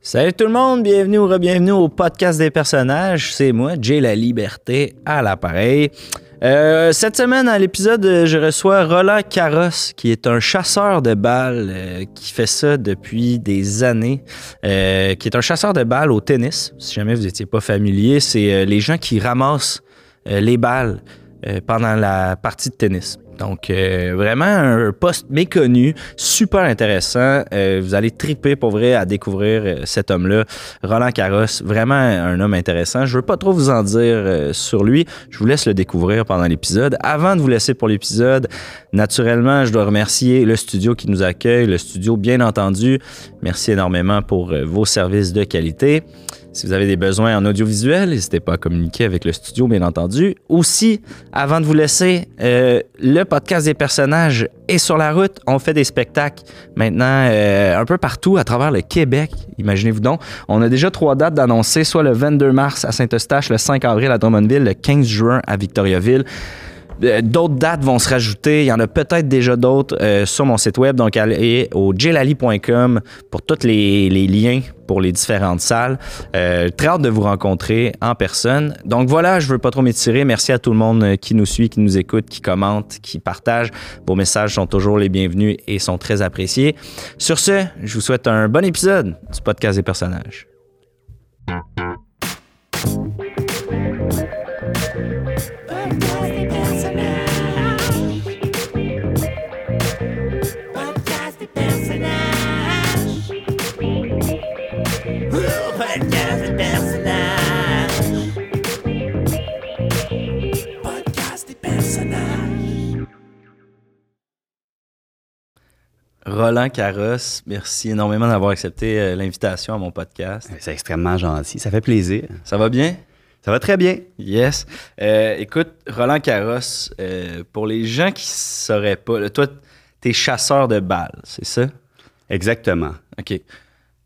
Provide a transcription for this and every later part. Salut tout le monde, bienvenue ou re-bienvenue au podcast des personnages. C'est moi, Jay La Liberté, à l'appareil. Euh, cette semaine, à l'épisode, euh, je reçois Roland Carrosse, qui est un chasseur de balles, euh, qui fait ça depuis des années, euh, qui est un chasseur de balles au tennis. Si jamais vous n'étiez pas familier, c'est euh, les gens qui ramassent euh, les balles euh, pendant la partie de tennis. Donc, euh, vraiment un poste méconnu, super intéressant. Euh, vous allez triper pour vrai à découvrir euh, cet homme-là, Roland Garros. Vraiment un homme intéressant. Je veux pas trop vous en dire euh, sur lui. Je vous laisse le découvrir pendant l'épisode. Avant de vous laisser pour l'épisode, naturellement, je dois remercier le studio qui nous accueille, le studio, bien entendu. Merci énormément pour euh, vos services de qualité. Si vous avez des besoins en audiovisuel, n'hésitez pas à communiquer avec le studio, bien entendu. Aussi, avant de vous laisser, euh, le podcast des personnages est sur la route. On fait des spectacles maintenant euh, un peu partout à travers le Québec. Imaginez-vous donc. On a déjà trois dates d'annoncer, soit le 22 mars à Saint-Eustache, le 5 avril à Drummondville, le 15 juin à Victoriaville. Euh, D'autres dates vont se rajouter. Il y en a peut-être déjà d'autres euh, sur mon site web. Donc, allez au jelali.com pour tous les, les liens pour les différentes salles. Euh, très hâte de vous rencontrer en personne. Donc voilà, je veux pas trop m'étirer. Merci à tout le monde euh, qui nous suit, qui nous écoute, qui commente, qui partage. Vos messages sont toujours les bienvenus et sont très appréciés. Sur ce, je vous souhaite un bon épisode du podcast des personnages. Podcast des personnages. Podcast des personnages. Oh, Podcast des personnages. Podcast des personnages. Roland Carrosse, merci énormément d'avoir accepté euh, l'invitation à mon podcast. C'est extrêmement gentil. Ça fait plaisir. Ça va bien? Ça va très bien. Yes. Euh, écoute, Roland Carrosse, euh, pour les gens qui sauraient pas, là, toi, t'es chasseur de balles, c'est ça? Exactement. OK.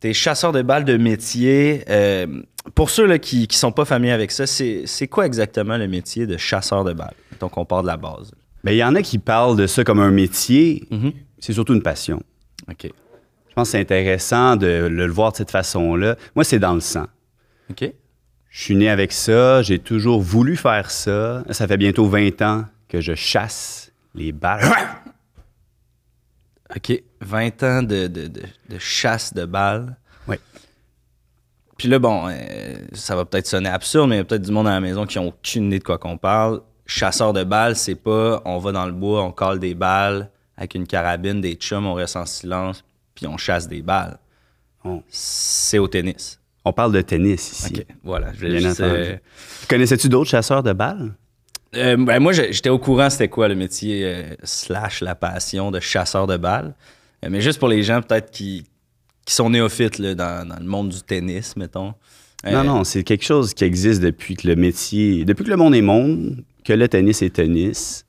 T'es chasseur de balles de métier. Euh, pour ceux là, qui ne sont pas familiers avec ça, c'est c'est quoi exactement le métier de chasseur de balles? Donc, on part de la base. Ben, Il y en a qui parlent de ça comme un métier. Mhm. C'est surtout une passion. OK. Je pense que c'est intéressant de le le voir de cette façon-là. Moi, c'est dans le sang. OK. Je suis né avec ça. J'ai toujours voulu faire ça. Ça fait bientôt 20 ans que je chasse les balles. OK. 20 ans de, de- de- de chasse de balles. Oui. Puis là, bon, euh, ça va peut-être sonner absurde, mais il y a peut-être du monde à la maison qui ont aucune idée de quoi qu'on parle. Chasseur de balles, c'est pas on va dans le bois, on colle des balles avec une carabine, des chums, on reste en silence, puis on chasse des balles. On, C'est au tennis. on parle de tennis ici. OK. Voilà. Je voulais Bien juste, entendu. euh, Connaissais-tu d'autres chasseurs de balles? euh, ben, moi, je- j'étais au courant c'était quoi le métier euh, slash la passion de chasseur de balles. Euh, mais juste pour les gens peut-être qui, qui sont néophytes là, dans, dans le monde du tennis, mettons. Euh, Non, non, c'est quelque chose qui existe depuis que le métier, depuis que le monde est monde, que le tennis est tennis.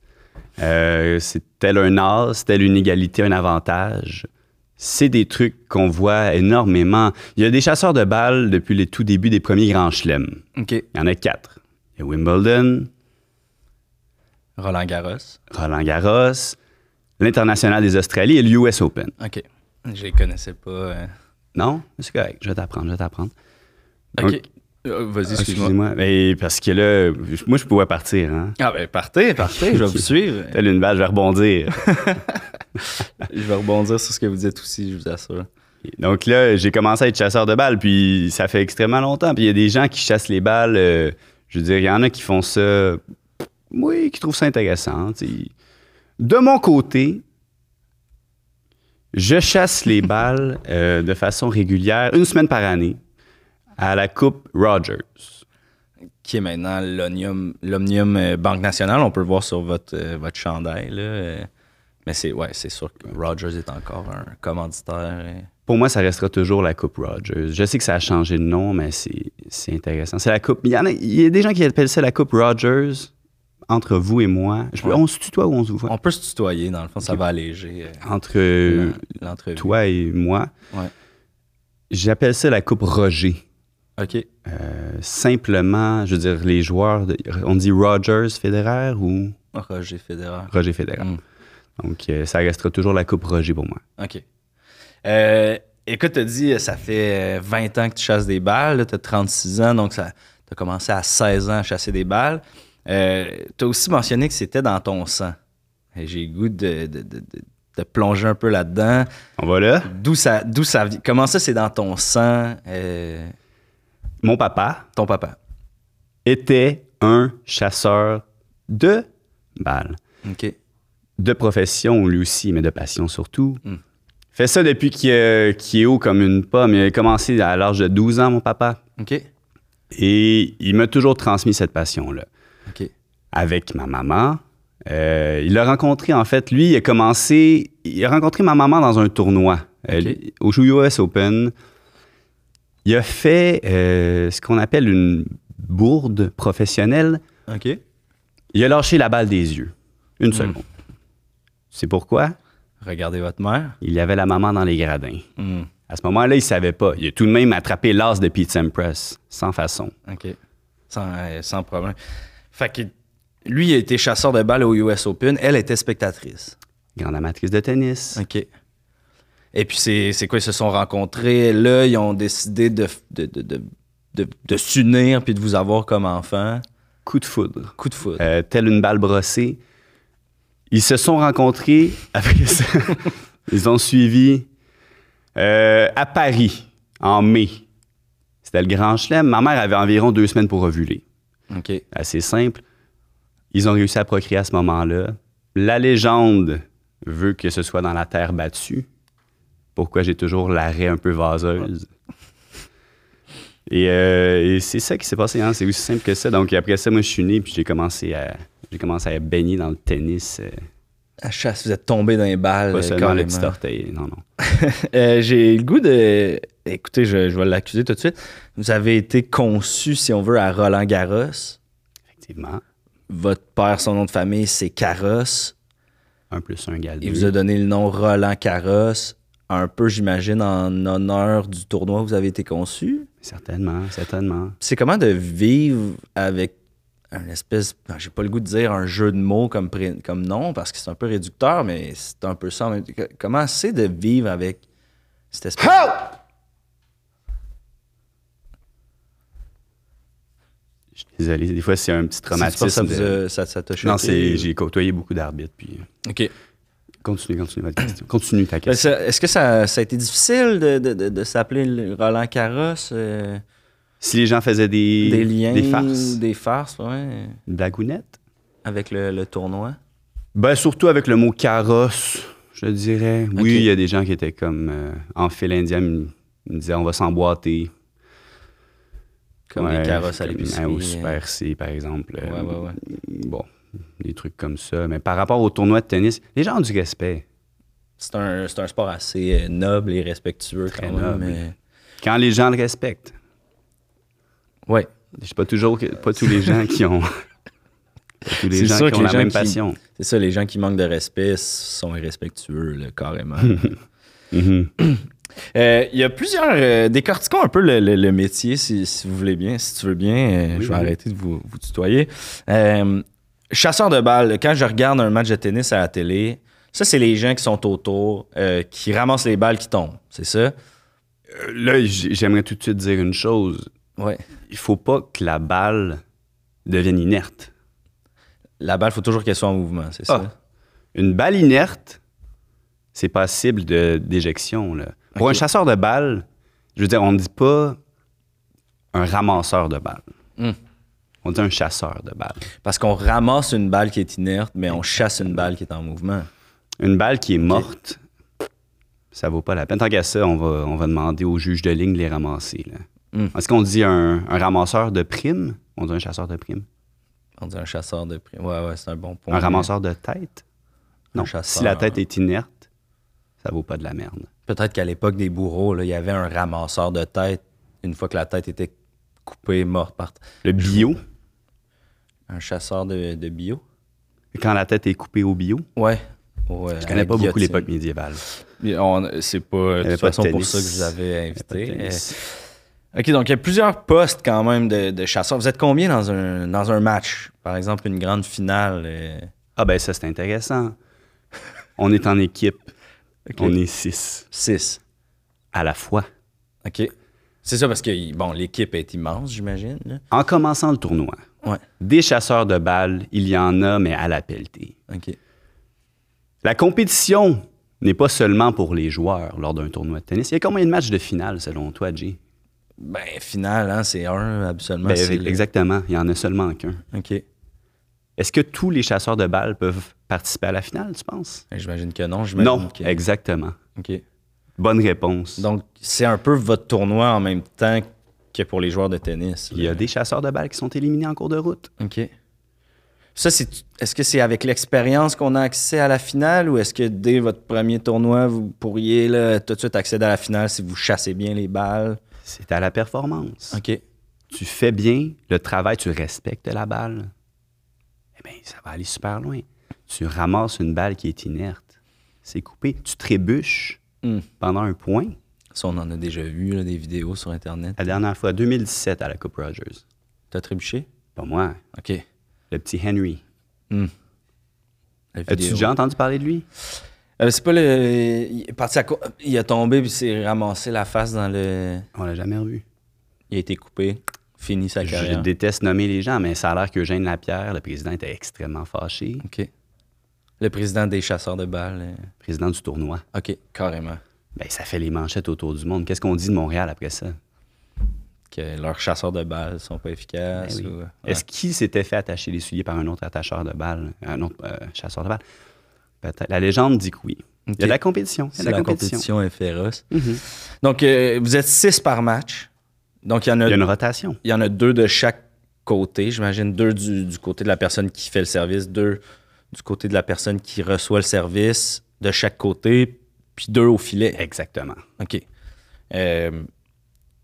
Euh, c'est tel un as, telle une égalité, un avantage. C'est des trucs qu'on voit énormément. Il y a des chasseurs de balles depuis les tout débuts des premiers grands chelems. OK. Il y en a quatre. Il y a Wimbledon, Roland Garros. Roland Garros, l'International des Australies et l'US Open. OK. Je les connaissais pas. euh. Non? C'est correct. Je vais t'apprendre, je vais t'apprendre. OK. Ok. Ah, Euh, Vas-y, excuse-moi. Excusez-moi. Mais parce que là, je- moi, je pouvais partir. Hein? Ah ben partez, partez, je vais vous suivre. Telle une balle, je vais rebondir. Je vais rebondir sur ce que vous dites aussi, je vous assure. Donc là, j'ai commencé à être chasseur de balles, puis ça fait extrêmement longtemps. Puis il y a des gens qui chassent les balles. euh, je veux dire, il y en a qui font ça, oui, qui trouvent ça intéressant. tu sais. De mon côté, je chasse les balles euh, de façon régulière, une semaine par année, à la Coupe Rogers. Qui est maintenant l'Omnium, l'Omnium euh, Banque Nationale. On peut le voir sur votre, euh, votre chandail. Là. euh. Mais c'est ouais, c'est sûr que Rogers est encore un commanditaire. euh. Pour moi, ça restera toujours la Coupe Rogers. Je sais que ça a changé de nom, mais c'est c'est intéressant. C'est la Coupe. Il y, en a, il y a des gens qui appellent ça la Coupe Rogers entre vous et moi. Je peux- Ouais. On se tutoie ou on se voit? On peut se tutoyer, dans le fond, ça va alléger euh, entre euh, l'en- l'entrevue. toi et moi. Ouais. J'appelle ça la Coupe Roger. OK. Euh, simplement, je veux dire, les joueurs, de- on dit Rogers Federer ou Roger Federer. Roger Federer. Mm. Donc, euh, ça restera toujours la Coupe Roger pour moi. OK. Euh, Écoute, t'as dit, ça fait 20 ans que tu chasses des balles, là, t'as 36 ans, donc ça, t'as commencé à 16 ans à chasser des balles. Euh, t'as aussi mentionné que c'était dans ton sang. Et J'ai le goût de, de- de- de- de plonger un peu là-dedans. On va là. D'où ça, d'où ça vient? Comment ça, c'est dans ton sang, euh, Mon papa ton papa? était un chasseur de balles. OK. de profession, lui aussi, mais de passion surtout. Mm. Fait ça depuis qu'il euh, qu'il est haut comme une pomme. Il a commencé à l'âge de 12 ans, mon papa. OK. Et il m'a toujours transmis cette passion-là. OK. Avec ma maman, euh, il l'a rencontré, en fait, lui, il a commencé... Il a rencontré ma maman dans un tournoi euh, Ok. lui- au US Open. Il a fait euh, ce qu'on appelle une bourde professionnelle. OK. Il a lâché la balle des yeux. Une seconde. C'est pourquoi Regardez votre mère. il y avait la maman dans les gradins. Hmm. À ce moment-là, il savait pas. Il a tout de même attrapé l'as de Pete Sampras, sans façon. OK. Sans, euh, sans problème. Fait que lui, il a été chasseur de balles au US Open. Elle était spectatrice. Grande amatrice de tennis. OK. Et puis, c'est c'est quoi? Ils se sont rencontrés. Là, ils ont décidé de, f- de, de, de, de- de s'unir puis de vous avoir comme enfant. Coup de foudre. Coup de foudre. Euh, telle une balle brossée. Ils se sont rencontrés. Après ça, ils ont suivi euh, à Paris, en mai. C'était le grand chelem. Ma mère avait environ deux semaines pour ovuler. OK. Assez simple. Ils ont réussi à procréer à ce moment-là. La légende veut que ce soit dans la terre battue. Pourquoi j'ai toujours l'arrêt un peu vaseuse. Et, euh, et c'est ça qui s'est passé. hein. C'est aussi simple que ça. Donc après ça, moi, je suis né puis j'ai commencé à j'ai commencé à baigner dans le tennis. euh, À chasse, vous êtes tombé dans les balles. pas euh, seulement le carrément. petit orteil. Non, non. Euh, J'ai le goût de. Écoutez, je, je vais l'accuser tout de suite. Vous avez été conçu, si on veut, à Roland Garros. Effectivement. Votre père, son nom de famille, c'est Carros. Un plus un égale Il deux. vous a donné le nom Roland Carros, un peu, j'imagine, en honneur du tournoi où vous avez été conçu. Certainement, certainement. C'est comment de vivre avec un espèce, ben, j'ai pas le goût de dire un jeu de mots comme, pré- comme nom, parce que c'est un peu réducteur, mais c'est un peu ça. en même temps. Que- Comment c'est de vivre avec cette espèce... Je suis désolé. Des fois, c'est un petit traumatisme. C'est ça, vous de- a- ça, ça t'a choqué? euh, Non, c'est j'ai côtoyé beaucoup d'arbitres puis. euh, OK. Continue, continue votre question. Continue ta Ben, question. ça- Est-ce que ça, ça a été difficile de, de- de- de s'appeler le- Roland Carros? euh, Si les gens faisaient des, des liens, des farces, Des farces, ouais, d'agounettes, avec le, le tournoi. ben surtout avec le mot carrosse, je dirais. Oui, Ok. il y a des gens qui étaient comme euh, en fil indien, ils me- ils me disaient on va s'emboîter. Comme Ouais, les carrosses à comme, l'épicerie. hein, Au euh, Super C, par exemple. euh, Ouais, ouais, ouais. Bon, des trucs comme ça. Mais par rapport au tournoi de tennis, les gens ont du respect. C'est un, c'est un sport assez euh, noble et respectueux Très quand même. euh, noble. mais- Quand les gens le respectent. Ouais. Je sais pas toujours que- pas tous les gens qui ont pas tous les C'est gens sûr qui que ont les la gens même qui- passion. C'est ça, les gens qui manquent de respect sont irrespectueux, là, carrément. Mhm. Euh, Il y a plusieurs. euh, décortiquons un peu le, le- le métier, si, si vous voulez bien. Si tu veux bien, euh, Oui, je vais oui. arrêter de vous, vous tutoyer. Euh, chasseur de balles, quand je regarde un match de tennis à la télé, ça, c'est les gens qui sont autour, euh, qui ramassent les balles qui tombent. C'est ça? Euh, Là, j- j'aimerais tout de suite dire une chose. Ouais. il faut pas que la balle devienne inerte. La balle, il faut toujours qu'elle soit en mouvement, c'est ça? Ah. Une balle inerte, c'est passible de d'éjection. là. Pour Ok. un chasseur de balles, je veux dire, on ne dit pas un ramasseur de balles. Hmm. On dit un chasseur de balles. Parce qu'on ramasse une balle qui est inerte, mais on chasse une balle qui est en mouvement. Une balle qui est morte, ça vaut pas la peine. Tant qu'à ça, on va, on va demander au juge de ligne de les ramasser. là. Hmm. Est-ce qu'on dit un, un ramasseur de primes? On dit un chasseur de primes. On dit un chasseur de prix. Ouais, ouais, c'est un bon point. Un ramasseur de tête? Un Non. chasseur. Si la tête est inerte, ça vaut pas de la merde. Peut-être qu'à l'époque des bourreaux, là, il y avait un ramasseur de tête une fois que la tête était coupée, morte par terre. Le bio, Un chasseur de, de bio? quand la tête est coupée au bio, Ouais. ouais je connais pas beaucoup l'époque médiévale. C'est pas euh, Il de y avait toute pas de façon pour tennis. ça que je vous avais Pas de invité. tennis. Euh, OK, donc il y a plusieurs postes quand même de, de chasseurs. Vous êtes combien dans un, dans un match? Par exemple, une grande finale. euh, Ah ben ça, c'est intéressant. On est en équipe. OK. On est six. Six. à la fois, OK. C'est ça parce que, bon, l'équipe est immense, j'imagine. là. en commençant le tournoi. Ouais. Des chasseurs de balles, il y en a, mais à la pelletée. OK. La compétition n'est pas seulement pour les joueurs lors d'un tournoi de tennis. Il y a combien de matchs de finale, selon toi, Jay? Ben, final, hein, c'est un, absolument. Ben, c'est le- exactement, il y en a seulement qu'un. OK. Ben, Est-ce que tous les chasseurs de balles peuvent participer à la finale, tu penses? Ben, J'imagine que non. j'imagine Non, que- exactement. OK. Bonne réponse. Donc, c'est un peu votre tournoi en même temps que pour les joueurs de tennis. il y a des chasseurs de balles qui sont éliminés en cours de route. OK. Ça, c'est, est-ce que c'est avec l'expérience qu'on a accès à la finale ou est-ce que dès votre premier tournoi, vous pourriez là, tout de suite accéder à la finale si vous chassez bien les balles? C'est à la performance. OK. Tu fais bien le travail, tu respectes la balle. Eh bien, ça va aller super loin. Tu ramasses une balle qui est inerte. C'est coupé. Tu trébuches Hmm. pendant un point. Ça, on en a déjà vu là, des vidéos sur Internet. La dernière fois, 2017 à la Coupe Rogers. T'as trébuché? Pas moi, OK. le petit Henry. La As-tu vidéo. déjà entendu parler de lui? Euh, c'est pas le. Il est parti à co- Il a tombé puis s'est ramassé la face dans le. On l'a jamais revu. Il a été coupé. Fini sa Je carrière. déteste nommer les gens, mais ça a l'air qu'Eugène Lapierre, le président, était extrêmement fâché. OK. Le président des chasseurs de balles. euh, Président du tournoi. OK, carrément. Ben, ça fait les manchettes autour du monde. Qu'est-ce qu'on dit de Montréal après ça? Ben Que leurs chasseurs de balles sont pas efficaces. Ben oui. ou- Ouais. Est-ce qu'il s'était fait attacher les souliers par un autre attacheur de balles, un autre euh, chasseur de balles? Peut-être. La légende dit que oui. Il y a Ok. de la compétition. Il y Si a de la, la compétition. compétition. est féroce. Donc, euh, vous êtes six par match. Donc, il y, en a- Il y a une rotation. il y en a deux de chaque côté. J'imagine deux du, du côté de la personne qui fait le service, deux du côté de la personne qui reçoit le service de chaque côté, puis deux au filet. Exactement. OK. Euh,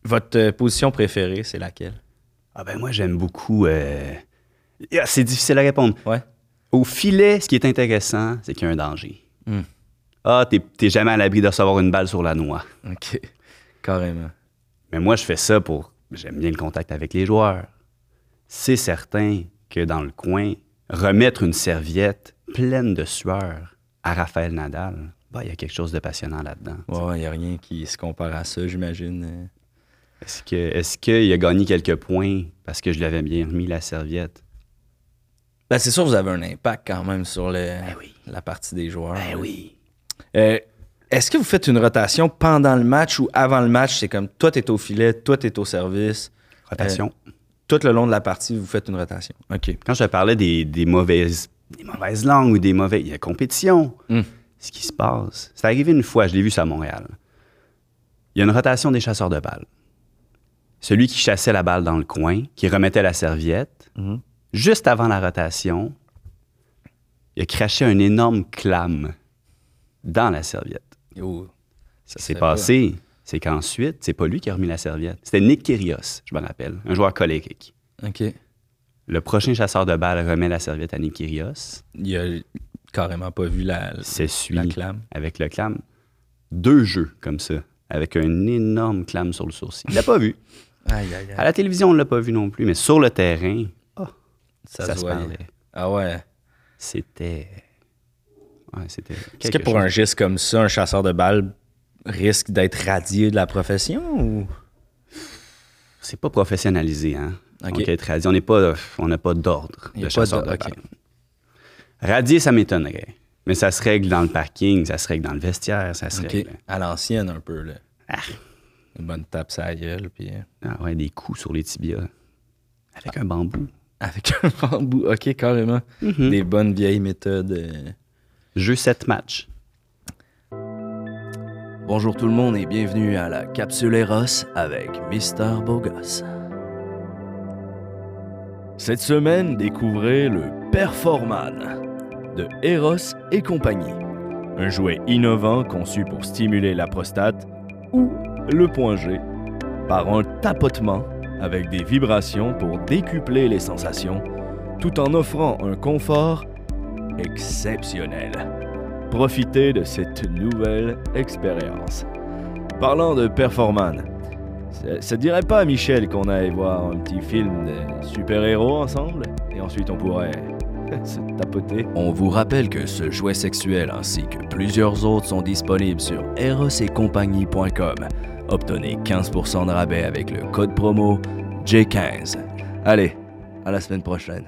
votre euh, position préférée, c'est laquelle? Ah ben moi, j'aime beaucoup... euh, ah, c'est difficile à répondre. Ouais. Au filet, ce qui est intéressant, c'est qu'il y a un danger. Hmm. Ah, t'es- t'es jamais à l'abri de recevoir une balle sur la noix. OK. Carrément. Mais moi, je fais ça pour. J'aime bien le contact avec les joueurs. C'est certain que dans le coin, remettre une serviette pleine de sueur à Raphaël Nadal, bah, il y a quelque chose de passionnant là-dedans. Ouais, il n'y a rien qui se compare à ça, j'imagine. Euh, Est-ce que est-ce qu'il a gagné quelques points parce que je lui avais bien remis la serviette? Ben, c'est sûr, vous avez un impact quand même sur le, oui. la partie des joueurs. Ben oui. Euh, Est-ce que vous faites une rotation pendant le match ou avant le match? C'est comme toi, t'es au filet, toi, t'es au service. Rotation. Tout le long de la partie, vous faites une rotation. OK. Quand je te parlais des, des mauvaises, des mauvaises langues ou des mauvais. Il y a compétition. Hmm. Ce qui se passe. C'est arrivé une fois, je l'ai vu ça à Montréal. Il y a une rotation des chasseurs de balles. Celui qui chassait la balle dans le coin, qui remettait la serviette, Mhm. juste avant la rotation, il a craché un énorme clam dans la serviette. Oh, Ce qui se s'est fait pas. passé, c'est qu'ensuite, c'est pas lui qui a remis la serviette. C'était Nick Kyrgios, je me rappelle, un joueur colérique. OK. Le prochain chasseur de balles remet la serviette à Nick Kyrgios, Il a carrément pas vu la, la s'essuie clame. avec le clam. Deux jeux comme ça, avec un énorme clam sur le sourcil. Il l'a pas vu. Aïe, aïe, À aïe. la télévision, on l'a pas vu non plus, mais sur le terrain, ah, Ça, ça se se voyait. parlait. Ah ouais. c'était. Ouais, c'était. Est-ce quelque que pour chose. un geste comme ça, un chasseur de balles risque d'être radié de la profession ou... C'est pas professionnalisé, hein. Ok. Donc, être radié, on n'est pas, on n'a pas d'ordre Il y a de pas chasseur de d'ordre, balles. ok. Radier, ça m'étonnerait. Mais ça se règle dans le parking, ça se règle dans le vestiaire, ça se OK. règle. À l'ancienne, un peu. Là. Ah. Une bonne tape sur la gueule, puis... euh, Ah ouais, des coups sur les tibias. Avec un bambou. Avec un bambou. OK, carrément. Mhm. Des bonnes vieilles méthodes. euh. Jeu 7 matchs. Bonjour tout le monde et bienvenue à la Capsule Eros avec Mister Bogos. Cette semaine, découvrez le Performan de Eros et compagnie. Un jouet innovant conçu pour stimuler la prostate ou le point G par un tapotement avec des vibrations pour décupler les sensations tout en offrant un confort exceptionnel. Profitez de cette nouvelle expérience. Parlant de Performan, ça, ça te dirait pas, Michel, qu'on aille voir un petit film de super-héros ensemble Et ensuite, on pourrait se tapoter. On vous rappelle que ce jouet sexuel ainsi que plusieurs autres sont disponibles sur E erosetcompagnie.com. Obtenez 15% de rabais avec le code promo J15. Allez, à la semaine prochaine.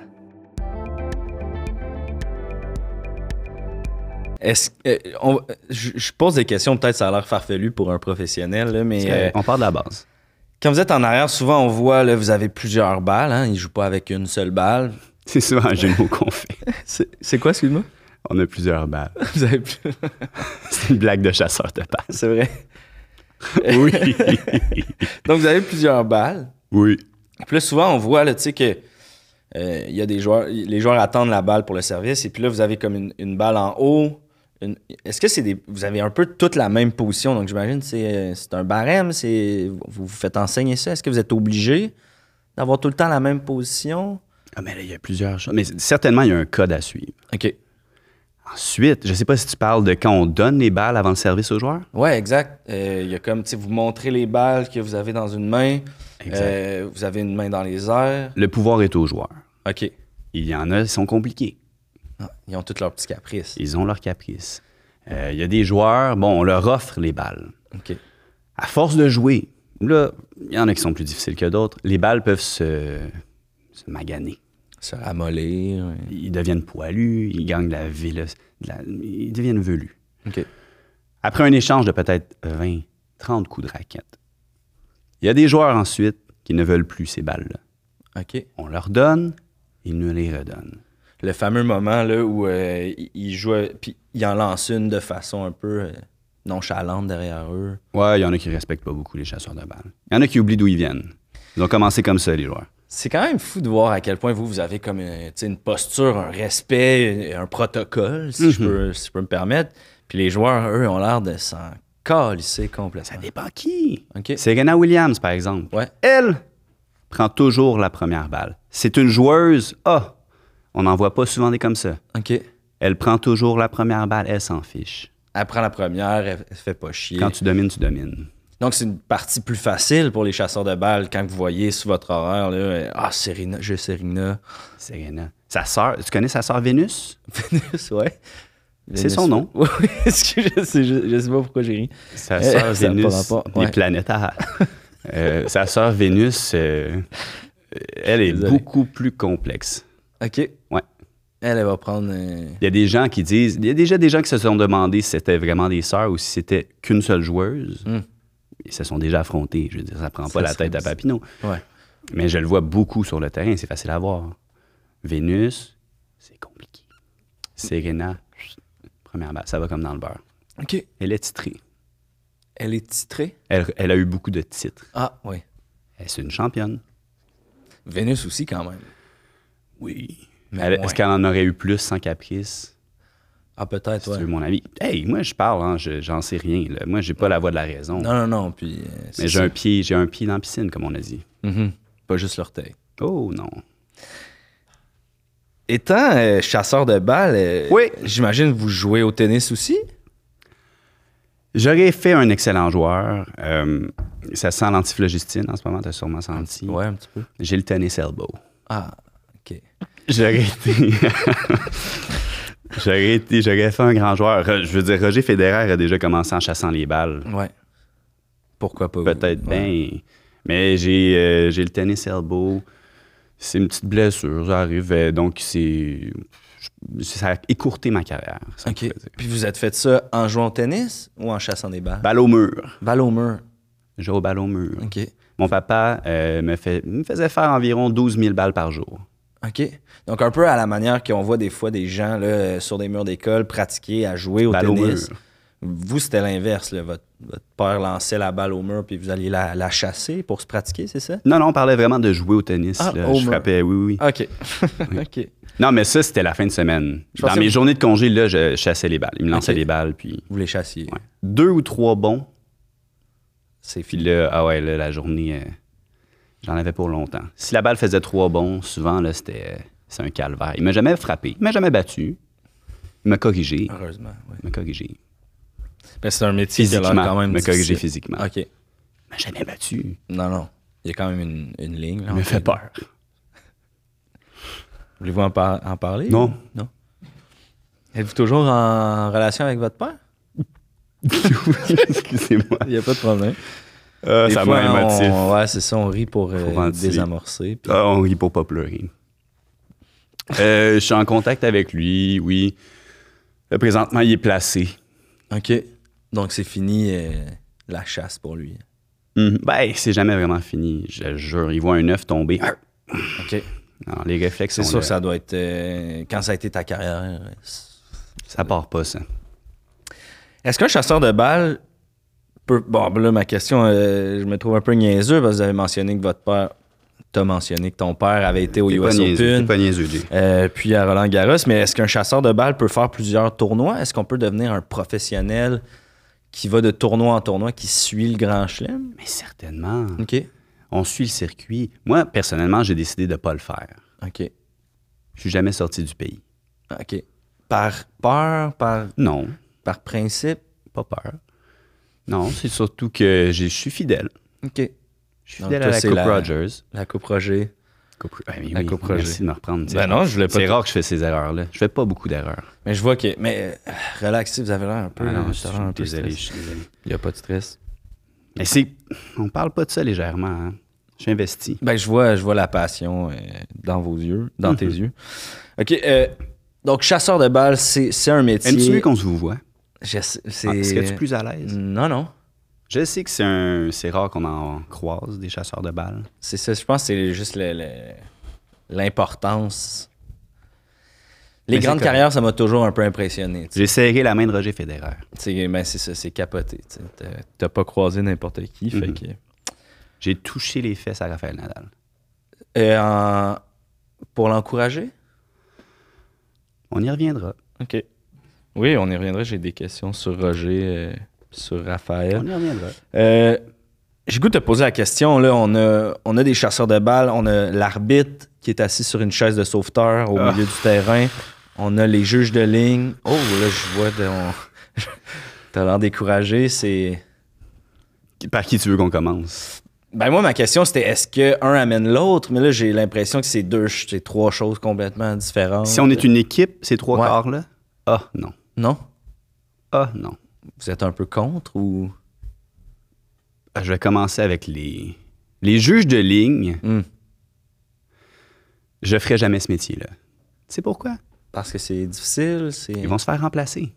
Est-ce euh, on- je, je pose des questions, peut-être ça a l'air farfelu pour un professionnel, là, mais euh, On part de la base. quand vous êtes en arrière, souvent on voit, là, vous avez plusieurs balles, hein, ils jouent pas avec une seule balle. C'est souvent un jeu de mots qu'on fait. C'est quoi, excuse-moi? On a plusieurs balles. Vous avez plus... C'est une blague de chasseur de balles. C'est vrai. Oui. Donc vous avez plusieurs balles. oui. Puis là, souvent, on voit, là, tu sais, que euh, il y a des joueurs, les joueurs attendent la balle pour le service, et puis là, vous avez comme une, une balle en haut. une- Est-ce que c'est des. Vous avez un peu toute la même position, donc j'imagine que c'est euh, c'est un barème, c'est vous vous faites enseigner ça. Est-ce que vous êtes obligé d'avoir tout le temps la même position? Ah, mais là, il y a plusieurs choses. Mais certainement, il y a un code à suivre. OK. Ensuite, je sais pas si tu parles de quand on donne les balles avant le service aux joueurs. Ouais, exact. Euh, Il y a comme, tu sais, vous montrez les balles que vous avez dans une main. Exact. Euh, vous avez une main dans les airs. Le pouvoir est aux joueurs. OK. Il y en a, ils sont compliqués. Ah, Ils ont toutes leurs petits caprices. Ils ont leurs caprices. Euh, il y a des joueurs, bon, on leur offre les balles. OK. À force de jouer, là, il y en a qui sont plus difficiles que d'autres. Les balles peuvent se, se maganer. Se ramollir. ouais. Ils deviennent poilus, ils gagnent de la vélo- de la- ils deviennent velus. OK. Après un échange de peut-être 20, 30 coups de raquette, il y a des joueurs ensuite qui ne veulent plus ces balles-là. OK. On leur donne, ils nous les redonnent. Le fameux moment là, où euh, ils- ils jouent, puis ils en lancent une de façon un peu euh, nonchalante derrière eux. Ouais, il y en a qui respectent pas beaucoup les chasseurs de balles. Il y en a qui oublient d'où ils viennent. Ils ont commencé comme ça, les joueurs. C'est quand même fou de voir à quel point vous, vous avez comme euh, tu sais, une posture, un respect, un protocole, si, je peux, si je peux me permettre. Puis les joueurs, eux, ont l'air de s'en calisser Ça complètement. dépend qui. OK. Serena Williams, par exemple. Ouais. Elle prend toujours la première balle. C'est une joueuse. Ah, on n'en voit pas souvent des comme ça. OK. Elle prend toujours la première balle, elle s'en fiche. Elle prend la première, elle, elle fait pas chier. Quand tu domines, tu domines. Donc, c'est une partie plus facile pour les chasseurs de balles quand vous voyez sous votre horaire, là, euh, ah, Serena, j'ai Serena. Serena. Sa sœur, tu connais sa sœur Vénus? Vénus, ouais. C'est son nom. Oui, oui, excuse, je sais, je- je sais pas pourquoi j'ai ri. Sa Eh, sœur ça a pas Vénus, rapport, des ouais. planétaires. Euh, sa sœur Vénus, euh, elle est Désolé. beaucoup plus complexe. OK. Ouais. Elle, elle va prendre. euh, Il y a des gens qui disent, il y a déjà des gens qui se sont demandé si c'était vraiment des sœurs ou si c'était qu'une seule joueuse. Hmm. Ils se sont déjà affrontés. Je veux dire, ça prend pas Ça la serait tête à bizarre. Papineau. Ouais. Mais je le vois beaucoup sur le terrain, c'est facile à voir. Vénus, c'est compliqué. Serena, première balle, ça va comme dans le beurre. OK. Elle est titrée. Elle est titrée. Elle, elle a eu beaucoup de titres. Ah, oui. Elle est une championne. Vénus aussi, quand même. Oui. Mais moins. Est-ce qu'elle en aurait eu plus sans caprice? Ah, peut-être, Si ouais. tu veux mon avis. Hey, moi, je parle, hein, je- j'en sais rien. là. Moi, j'ai pas la voix de la raison. Non, non, non. Puis. euh, c'est Mais j'ai ça. un pied, j'ai un pied dans la piscine, comme on a dit. Mhm. Pas juste l'orteil. Oh non. Étant euh, chasseur de balles, euh, Oui. j'imagine que vous jouez au tennis aussi. J'aurais fait un excellent joueur. Euh, ça sent l'antiphlogistique en ce moment, t'as sûrement senti. Ouais, un petit peu. J'ai le tennis elbow. Ah, OK. J'aurais été. j'aurais été, j'aurais fait un grand joueur. Re- Je veux dire, Roger Federer a déjà commencé en chassant les balles. Ouais. Pourquoi pas vous? Peut-être Ouais. bien. Mais j'ai, euh, j'ai le tennis elbow. C'est une petite blessure, ça arrive. euh, Donc, c'est. je- Ça a écourté ma carrière. ça OK. je peux dire. Puis vous êtes fait ça en jouant au tennis ou en chassant des balles? Balle au mur. Balle au mur. Je joue au balle au mur. OK. Mon papa euh, me, fait- me faisait faire environ 12 000 balles par jour. OK. Donc, un peu à la manière qu'on voit des fois des gens là, euh, sur des murs d'école pratiquer à jouer au Balle au tennis. mur. vous, c'était l'inverse. là. Votre, votre père lançait la balle au mur puis vous alliez la, la chasser pour se pratiquer, c'est ça? Non, non, on parlait vraiment de jouer au tennis. Ah, là. au Je mur. Ah. frappais, oui, oui. OK. OK. Non, mais ça, c'était la fin de semaine. Je Dans pensais- mes journées de congé, là, je chassais les balles. Il me lançait Ok. les balles, puis Vous les chassiez. ouais. deux ou trois bons. C'est Puis fini. là, ah ouais, là, la journée, euh, j'en avais pour longtemps. Si la balle faisait trois bons, souvent, là, c'était euh, c'est un calvaire. Il m'a jamais frappé, il m'a jamais battu. Il m'a corrigé. Heureusement. ouais. Il m'a corrigé. Mais c'est un métier qui a l'air Physiquement. quand Il même. m'a corrigé difficile. physiquement. OK. Il m'a jamais battu. Non, non. Il y a quand même une, une ligne. là, Il m'a entre fait les- peur. Voulez-vous en, par- en parler? Non. Non. Êtes-vous toujours en relation avec votre père? Excusez-moi. Il n'y a pas de problème. Euh, Des ça fois, m'a émotif. on- Ouais, c'est ça, on rit pour euh, Pour ventiler. désamorcer. puis- Ah, on rit pour pas pleurer. Euh, je suis en contact avec lui, oui. Là, présentement, il est placé. OK. Donc, c'est fini euh, la chasse pour lui. Mhm. Ben, c'est jamais vraiment fini. Je le jure, il voit un œuf tomber. OK. Alors, les réflexes C'est sont sûr que là. ça doit être. euh, quand ça a été ta carrière. euh, c'est- Ça part pas, ça. Est-ce qu'un chasseur de balles peut. Bon, ben là, ma question, euh, je me trouve un peu niaiseux parce que vous avez mentionné que votre père. T'as mentionné que ton père avait été au T'es pas US niaiseux, Open. t'es pas niaiseux, Jay. euh, puis à Roland Garros, mais est-ce qu'un chasseur de balles peut faire plusieurs tournois? Est-ce qu'on peut devenir un professionnel qui va de tournoi en tournoi, qui suit le grand chelem? Mais certainement. OK. On suit le circuit. Moi, personnellement, j'ai décidé de pas le faire. OK. Je suis jamais sorti du pays. OK. Par peur, par, Non, par principe? pas peur. Non, c'est surtout que j'ai- je suis fidèle. OK. Je suis Donc, fidèle toi, à la c'est Coupe la- Rogers. La coupe Roger. Coupe- Ah, mais la oui, Coupe Rogers. merci de me reprendre. Ben non, je voulais pas C'est te- rare que je fais ces erreurs-là. Je fais pas beaucoup d'erreurs. Mais je vois que. Mais euh, relaxez, vous avez l'air un peu. Ah non, vous je suis avez l'air un peu désolé, je stressé. suis désolé. Il n'y a pas de stress. Mais c'est. On parle pas de ça légèrement. hein. Je suis investi. Ben, je vois, je vois la passion euh, dans vos yeux, dans Mhm. tes yeux. OK. euh, donc, chasseur de balles, c'est c'est un métier. Aimes-tu mieux qu'on se vous voit? Je sais- c'est- Ah, Est-ce que tu es plus à l'aise? Non, non. Je sais que c'est un- c'est rare qu'on en croise des chasseurs de balles. C'est ça. Je pense que c'est juste le- le- l'importance. Les Mais c'est grandes correct. carrières, ça m'a toujours un peu impressionné. tu sais. J'ai serré la main de Roger Federer. C'est ben, c'est ça, c'est capoté. tu sais. T'as- T'as pas croisé n'importe qui. fait Mhm. que- J'ai touché les fesses à Raphaël Nadal. Et euh, en- pour l'encourager? On y reviendra. OK. Oui, on y reviendra. J'ai des questions sur Roger, euh, sur On Raphaël. y reviendra. Euh, J'ai goût de te poser la question. Là, on a, on a des chasseurs de balles, on a l'arbitre qui est assis sur une chaise de sauveteur au Ah. milieu du terrain. On a les juges de ligne. Oh, là, je vois. de- on- T'as l'air découragé. C'est. Par qui tu veux qu'on commence? Ben moi, ma question, c'était est-ce que un amène l'autre? Mais là, j'ai l'impression que c'est deux, ch- c'est trois choses complètement différentes. Si on est une équipe, ces trois Ouais. quarts-là? Ah non. Non? Ah non. Vous êtes un peu contre ou... Ah, Je vais commencer avec les. Les juges de ligne, Hmm. je ferai jamais ce métier-là. Tu sais pourquoi? Parce que c'est difficile, c'est... Ils vont se faire remplacer.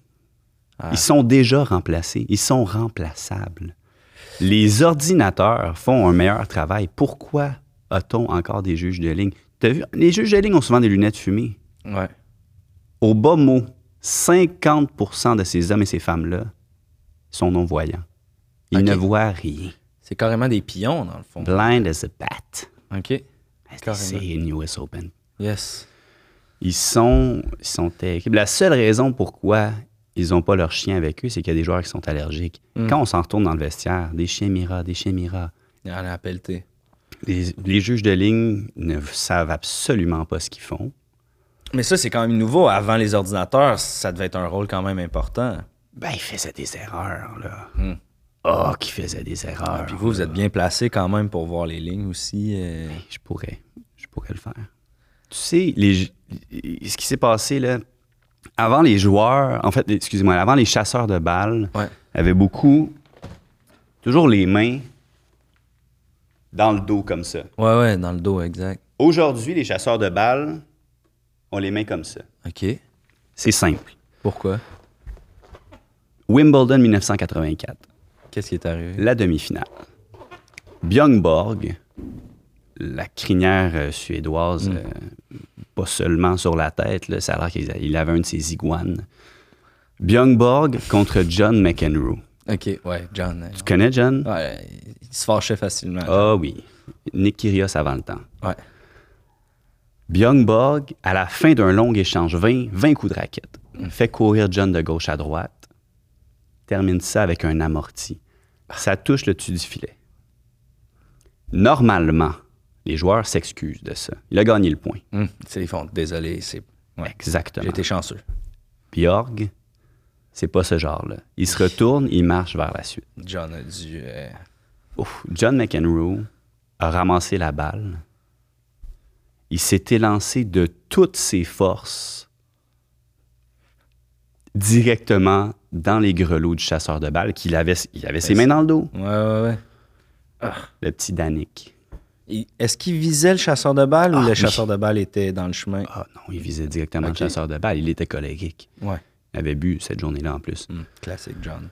Ah. Ils sont déjà remplacés. Ils sont remplaçables. Les ordinateurs font un meilleur travail. Pourquoi a-t-on encore des juges de ligne? T'as vu? Les juges de ligne ont souvent des lunettes fumées. Ouais. Au bas mot, 50 de ces hommes et ces femmes-là sont non-voyants. Ils Ok. ne voient rien. C'est carrément des pions, dans le fond. Blind as a bat. OK. Carrément. C'est une US Open. Yes. Ils sont, ils sont terribles. La seule raison pourquoi ils n'ont pas leur chien avec eux, c'est qu'il y a des joueurs qui sont allergiques. Mm. Quand on s'en retourne dans le vestiaire, des chiens miras, des chiens miras, Il y en a à pelleter. les, les juges de ligne ne savent absolument pas ce qu'ils font. Mais ça, c'est quand même nouveau. Avant les ordinateurs, ça devait être un rôle quand même important. Ben, ils faisaient des erreurs, là. Mm. Ah, Oh, qu'ils faisaient des erreurs. Puis vous, vous êtes bien placé quand même pour voir les lignes aussi. euh. Je pourrais. Je pourrais le faire. Tu sais, les ju- ce qui s'est passé, là, avant les joueurs, en fait, excusez-moi, avant les chasseurs de balles, Ouais. avaient beaucoup, toujours les mains dans le dos comme ça. Ouais, ouais, dans le dos, exact. Aujourd'hui, les chasseurs de balles ont les mains comme ça. OK. C'est simple. Pourquoi? Wimbledon 1984, Qu'est-ce qui est arrivé? la demi-finale. Björn Borg, la crinière euh, suédoise, euh, pas seulement sur la tête, là, ça a l'air qu'il a- il avait un de ses iguanes. Björn Borg contre John McEnroe. OK, ouais, John. euh, Tu connais John? Ouais, il se fâchait facilement. Ah oui. Nick Kyrgios avant le temps. Ouais. Björn Borg, à la fin d'un long échange, 20, 20 coups de raquette, fait courir John de gauche à droite, termine ça avec un amorti. Ça touche le dessus du filet. Normalement, les joueurs s'excusent de ça. Il a gagné le point. Hum, tu sais, ils font désolé, c'est. Ouais. J'ai Exactement. été chanceux. Björg, c'est pas ce genre-là. Il se retourne, il marche vers la suite. John a dû. euh, Ouf, John McEnroe a ramassé la balle. Il s'est élancé de toutes ses forces directement dans les grelots du chasseur de balles qu'il avait, il avait ses mains dans le dos, Ouais, ouais, ouais. le petit Danick. Il- Est-ce qu'il visait le chasseur de balles ou Ah, le oui. chasseur de balles était dans le chemin? Ah non, il visait directement Ok. le chasseur de balles, il était colérique. Ouais. Il avait bu cette journée-là en plus. Hmm, classique, John.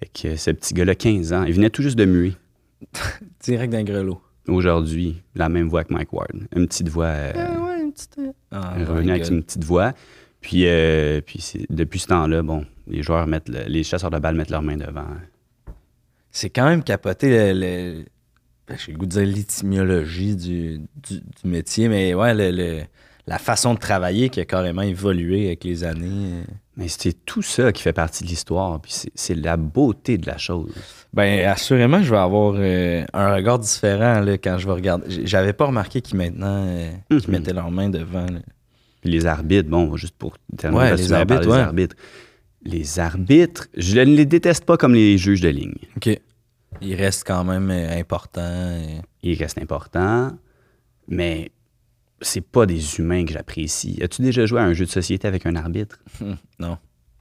Fait que ce petit gars-là, 15 ans, il venait tout juste de muer. Direct d'un grelot. Aujourd'hui, la même voix que Mike Ward. Une petite voix... euh, ouais, une petite. Ah, est revenu my avec God. une petite voix. Puis, euh, puis c'est- depuis ce temps-là, bon, les joueurs mettent le- les chasseurs de balles mettent leurs mains devant. C'est quand même capoté le. le- ben, J'ai le goût de dire l'étymologie du, du- du métier, mais ouais, le- le- la façon de travailler qui a carrément évolué avec les années. Mais c'est tout ça qui fait partie de l'histoire. Puis c'est- c'est la beauté de la chose. Ben, assurément, je vais avoir euh, un regard différent là, quand je vais regarder. J- J'avais pas remarqué qu'ils maintenant, euh, qu'ils Mhm. mettaient leurs mains devant. là. Puis les arbitres, bon, juste pour terminer, Ouais, parce que les tu m'avais parlé arbitres, ouais. des arbitres. Les arbitres, je ne les déteste pas comme les juges de ligne. OK. Il reste quand même euh, important. euh. Ils restent importants, mais c'est pas des humains que j'apprécie. As-tu déjà joué à un jeu de société avec un arbitre? Hum, non.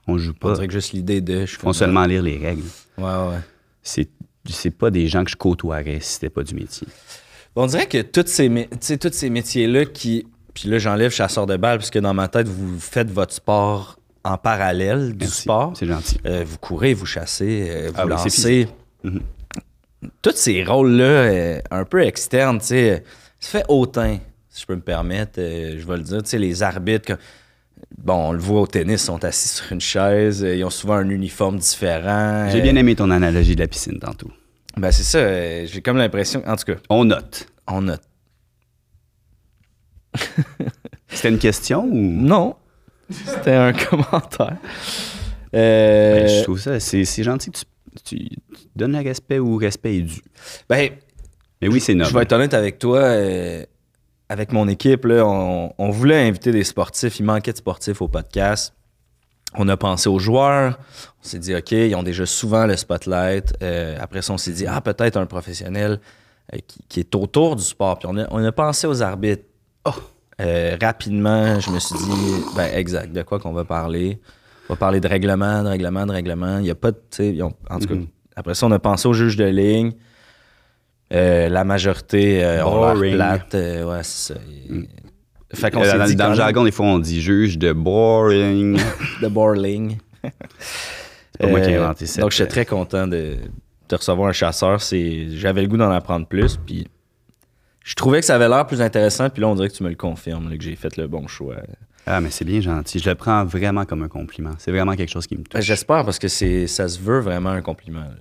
On joue On pas. dirait que juste l'idée de. Je Ils font seulement lire les règles. Ouais, ouais. c'est c'est pas des gens que je côtoierais si c'était pas du métier. On dirait que tous ces, mé- tu sais, tous ces métiers-là qui. Puis là, j'enlève chasseur de balles, parce que dans ma tête, vous faites votre sport en parallèle du Merci. sport. C'est gentil. Euh, vous courez, vous chassez, euh, vous Ah oui, c'est lancez. Mm-hmm. Mhm. Tous ces rôles-là, euh, un peu externes, tu sais, euh, ça fait hautain, si je peux me permettre. euh, je vais le dire, tu sais, les arbitres, comme- bon, on le voit au tennis, sont assis sur une chaise, euh, ils ont souvent un uniforme différent. J'ai euh, bien aimé ton analogie de la piscine tantôt. Ben, c'est ça, euh, j'ai comme l'impression, en tout cas, On note. on a. C'était une question ou Non, c'était un commentaire. Euh, Ben, je trouve ça c'est c'est gentil que tu, tu- tu donnes le respect où respect est dû. ben, Mais Eh oui, c'est Je vais noble. être honnête avec toi. euh, avec mon équipe, là, on, on voulait inviter des sportifs. Il manquait de sportifs au podcast. On a pensé aux joueurs. On s'est dit, OK, ils ont déjà souvent le spotlight. Euh, après ça, on s'est dit, ah, peut-être un professionnel euh, qui, qui est autour du sport. Puis on a, on a pensé aux arbitres. Euh, rapidement, je me suis dit, ben, exact, de quoi qu'on va parler. On va parler de règlement, de règlement, de règlement. Il n'y a pas de. tu sais, ils ont- en tout cas, Mm-hmm. après ça, on a pensé aux juges de ligne. Euh, la majorité, euh, on Boring. Mm. l'air plate. euh, ouais, c'est ça. Fait qu'on Euh, s'est dit dans, quand dans le même- jargon, des fois, on dit juge de boring. de Borling. C'est pas moi qui ai inventé cette- Euh, euh, Donc, j'étais très content de, de recevoir un chasseur. C'est- J'avais le goût d'en apprendre plus. Puis, je trouvais que ça avait l'air plus intéressant. Puis là, on dirait que tu me le confirmes, là, que j'ai fait le bon choix. ah, mais c'est bien gentil. Je le prends vraiment comme un compliment. C'est vraiment quelque chose qui me Ben, touche. J'espère parce que c'est- ça se veut vraiment un compliment. là.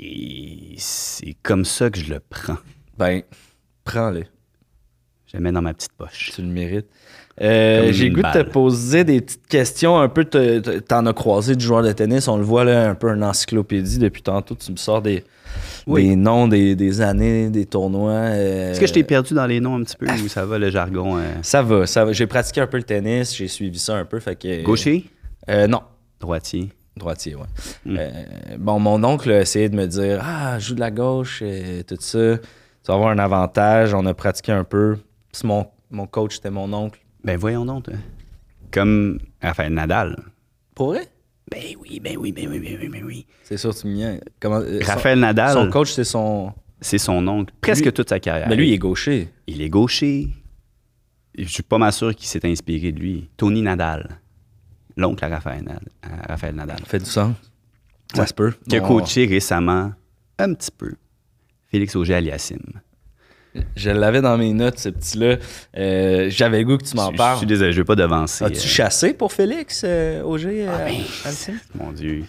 Et c'est comme ça que je le prends. Ben, prends-le. Je le mets dans ma petite poche. Tu le mérites. Euh, Comme J'ai une goût de te balle. poser des petites questions. Un peu, te- te- t'en as croisé du joueur de tennis. On le voit là, un peu une encyclopédie depuis tantôt. Tu me sors des, Oui. des noms, des, des années, des tournois. euh, Est-ce que je t'ai perdu dans les noms un petit peu ou ça va le jargon? euh? Ça va, ça va. J'ai pratiqué un peu le tennis, j'ai suivi ça un peu. Fait que, Gaucher? Hmm. Euh, non, Droitier? droitier, ouais. Euh, bon, mon oncle a essayé de me dire Ah, joue de la gauche, et tout ça. Tu vas avoir un avantage. On a pratiqué un peu. Puis mon, mon coach, c'était mon oncle. Ben voyons donc. toi. Comme, enfin, Nadal. Pour vrai? Ben oui, ben oui, ben oui, ben oui, ben oui. C'est sûr, tu me niaises. Comment, euh, son- Raphaël Nadal, Ben Son coach, c'est son. c'est son oncle, presque Lui- toute sa carrière. Mais lui, il est gaucher. il est gaucher. Je suis pas mal sûr qu'il s'est inspiré de lui. Tony Nadal, l'oncle à Raphaël, Nad- à Raphaël Nadal, Fait du sens. Ça se peut. qui a Bon, coaché récemment, un petit peu, Félix Auger-Aliassime. Je l'avais dans mes notes, ce petit-là. Euh, J'avais le goût que tu m'en Je- Je parles. suis désolé, je vais pas devancer. As-tu euh, chassé pour Félix, euh, Auger, euh, ben, Alcine? Mon Dieu,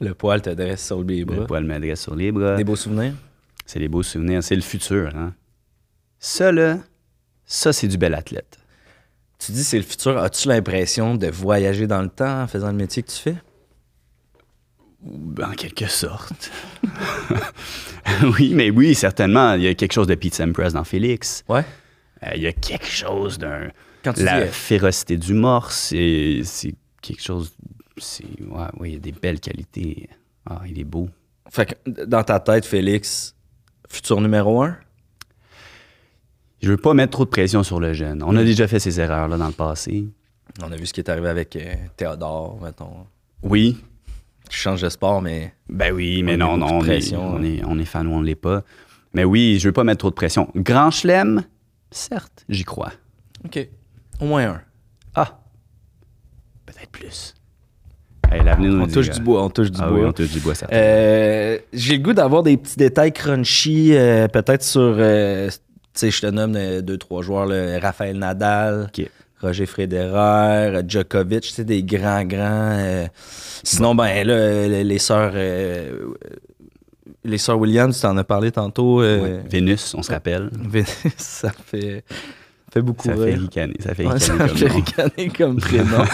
Le poil te dresse sur le bébé. le poil me dresse sur les bras. Des beaux souvenirs. C'est les beaux souvenirs, c'est le futur. Hein? Ça, là, ça, c'est du bel athlète. Tu dis c'est le futur. As-tu l'impression de voyager dans le temps en faisant le métier que tu fais? En quelque sorte. oui, mais oui, certainement. Il y a quelque chose de Pete Sampras dans Félix. Ouais. Euh, il y a quelque chose d'un. Quand tu La dis, euh, férocité du morse, c'est c'est quelque chose. c'est- ouais, oui, il y a des belles qualités. Ah, il est beau. Fait que dans ta tête, Félix, futur numéro un? Je veux pas mettre trop de pression sur le jeune. On a déjà fait ces erreurs-là dans le passé. On a vu ce qui est arrivé avec euh, Théodore, mettons. Oui. Je change de sport, mais. Ben oui, On mais a non, beaucoup non, de on est, pression, on, hein. est, on est fan ou on l'est pas. Mais oui, je veux pas mettre trop de pression. Grand chelem, certes, j'y crois. OK. Au moins un. Ah, peut-être plus. Hey, l'avenir nous On le touche dira. du bois, on touche du Ah bois. oui, on touche du bois, certain. Euh, J'ai le goût d'avoir des petits détails crunchy, euh, peut-être sur. euh, tu sais, je te nomme euh, deux, trois joueurs, là, Raphaël Nadal, OK. Roger Federer, euh, Djokovic, tu sais, des grands, grands. euh, sinon, ben là, euh, les, les sœurs. euh, les sœurs Williams, tu en as parlé tantôt. euh, Vénus, on se rappelle. Vénus, ça fait, fait beaucoup Ça fait rire. ricaner. Ça fait Ouais, ricaner ça comme fait nom. ricaner comme prénom.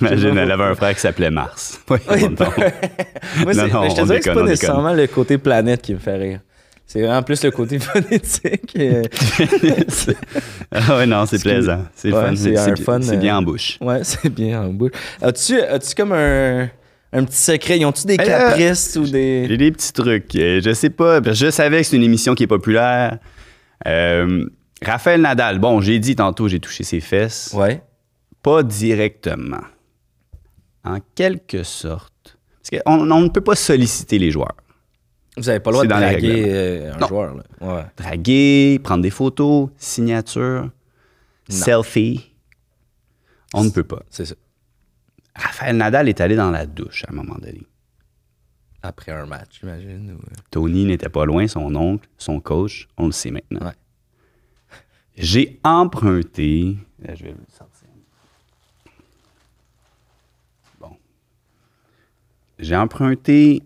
Imagine, elle avait un frère qui s'appelait Mars. Oui, Ah Oui, on tombe. Moi, c'est- Non, non, mais je te dirais on que c'est déconne, pas on nécessairement le côté planète qui me fait rire. C'est vraiment plus le côté phonétique. euh, Vénus. ah ouais, non, c'est Excuse- plaisant. C'est le Ouais, fun. c'est C'est un bi- fun, c'est euh, bien en bouche. ouais, c'est bien en bouche. As-tu as-tu comme un, un petit secret? Ils ont-tu des Euh, caprices ou des. J'ai des petits trucs. Euh, Je sais pas. parce que Je savais que c'est une émission qui est populaire. Euh, Raphaël Nadal, bon, j'ai dit tantôt, j'ai touché ses fesses. Ouais. Pas directement. En quelque sorte. Parce qu'on on ne peut pas solliciter les joueurs. Vous avez pas le droit C'est de dans les draguer règlements. euh, un Non. joueur. Là. Ouais. Draguer, prendre des photos, signature, selfie. On ne peut pas. C'est ça. Raphaël Nadal est allé dans la douche à un moment donné. Après un match, j'imagine. ou, euh, Tony n'était pas loin, son oncle, son coach, on le sait maintenant. Ouais. J'ai emprunté. euh, je vais le sortir. Bon. J'ai emprunté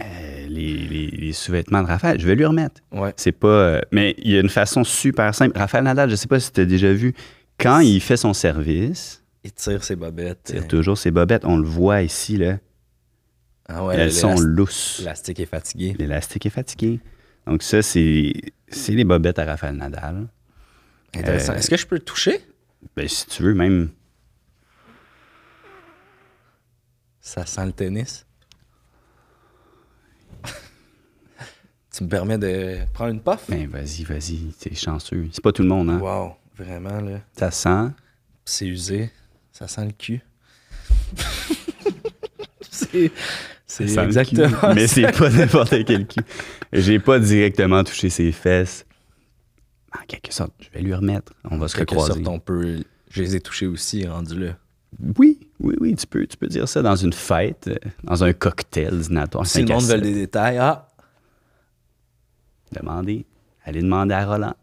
euh, les, les- les sous-vêtements de Raphaël. Je vais lui remettre. Ouais. C'est pas. euh, mais il y a une façon super simple. Raphaël Nadal, je sais pas si tu as déjà vu, quand il fait son service, Il tire ses bobettes. il tire euh, toujours ses bobettes. On le voit ici, là. Ah ouais, Elles sont l'élas- lousses. L'élastique est fatigué. L'élastique est fatigué. Donc ça, c'est c'est les bobettes à Raphaël Nadal. Intéressant. Euh, Est-ce que je peux le toucher? Ben, si tu veux, même... Ça sent le tennis. tu me permets de prendre une puff? Ben, vas-y, vas-y, t'es chanceux. C'est pas tout le monde, hein? Wow, vraiment, là. Ça sent... C'est usé. Ça sent le cul. c'est c'est ça sent le exactement cul. Mais ça. c'est pas n'importe quel cul. J'ai pas directement touché ses fesses. En quelque sorte, je vais lui remettre. On va se Quelque recroiser. sorte, on peut... Je les ai touchés aussi, rendu là. Oui, oui, oui, tu peux, tu peux dire ça dans une fête, euh, dans un cocktail dînatoire. Si le monde veut des détails, ah! Demandez. Allez demander à Roland.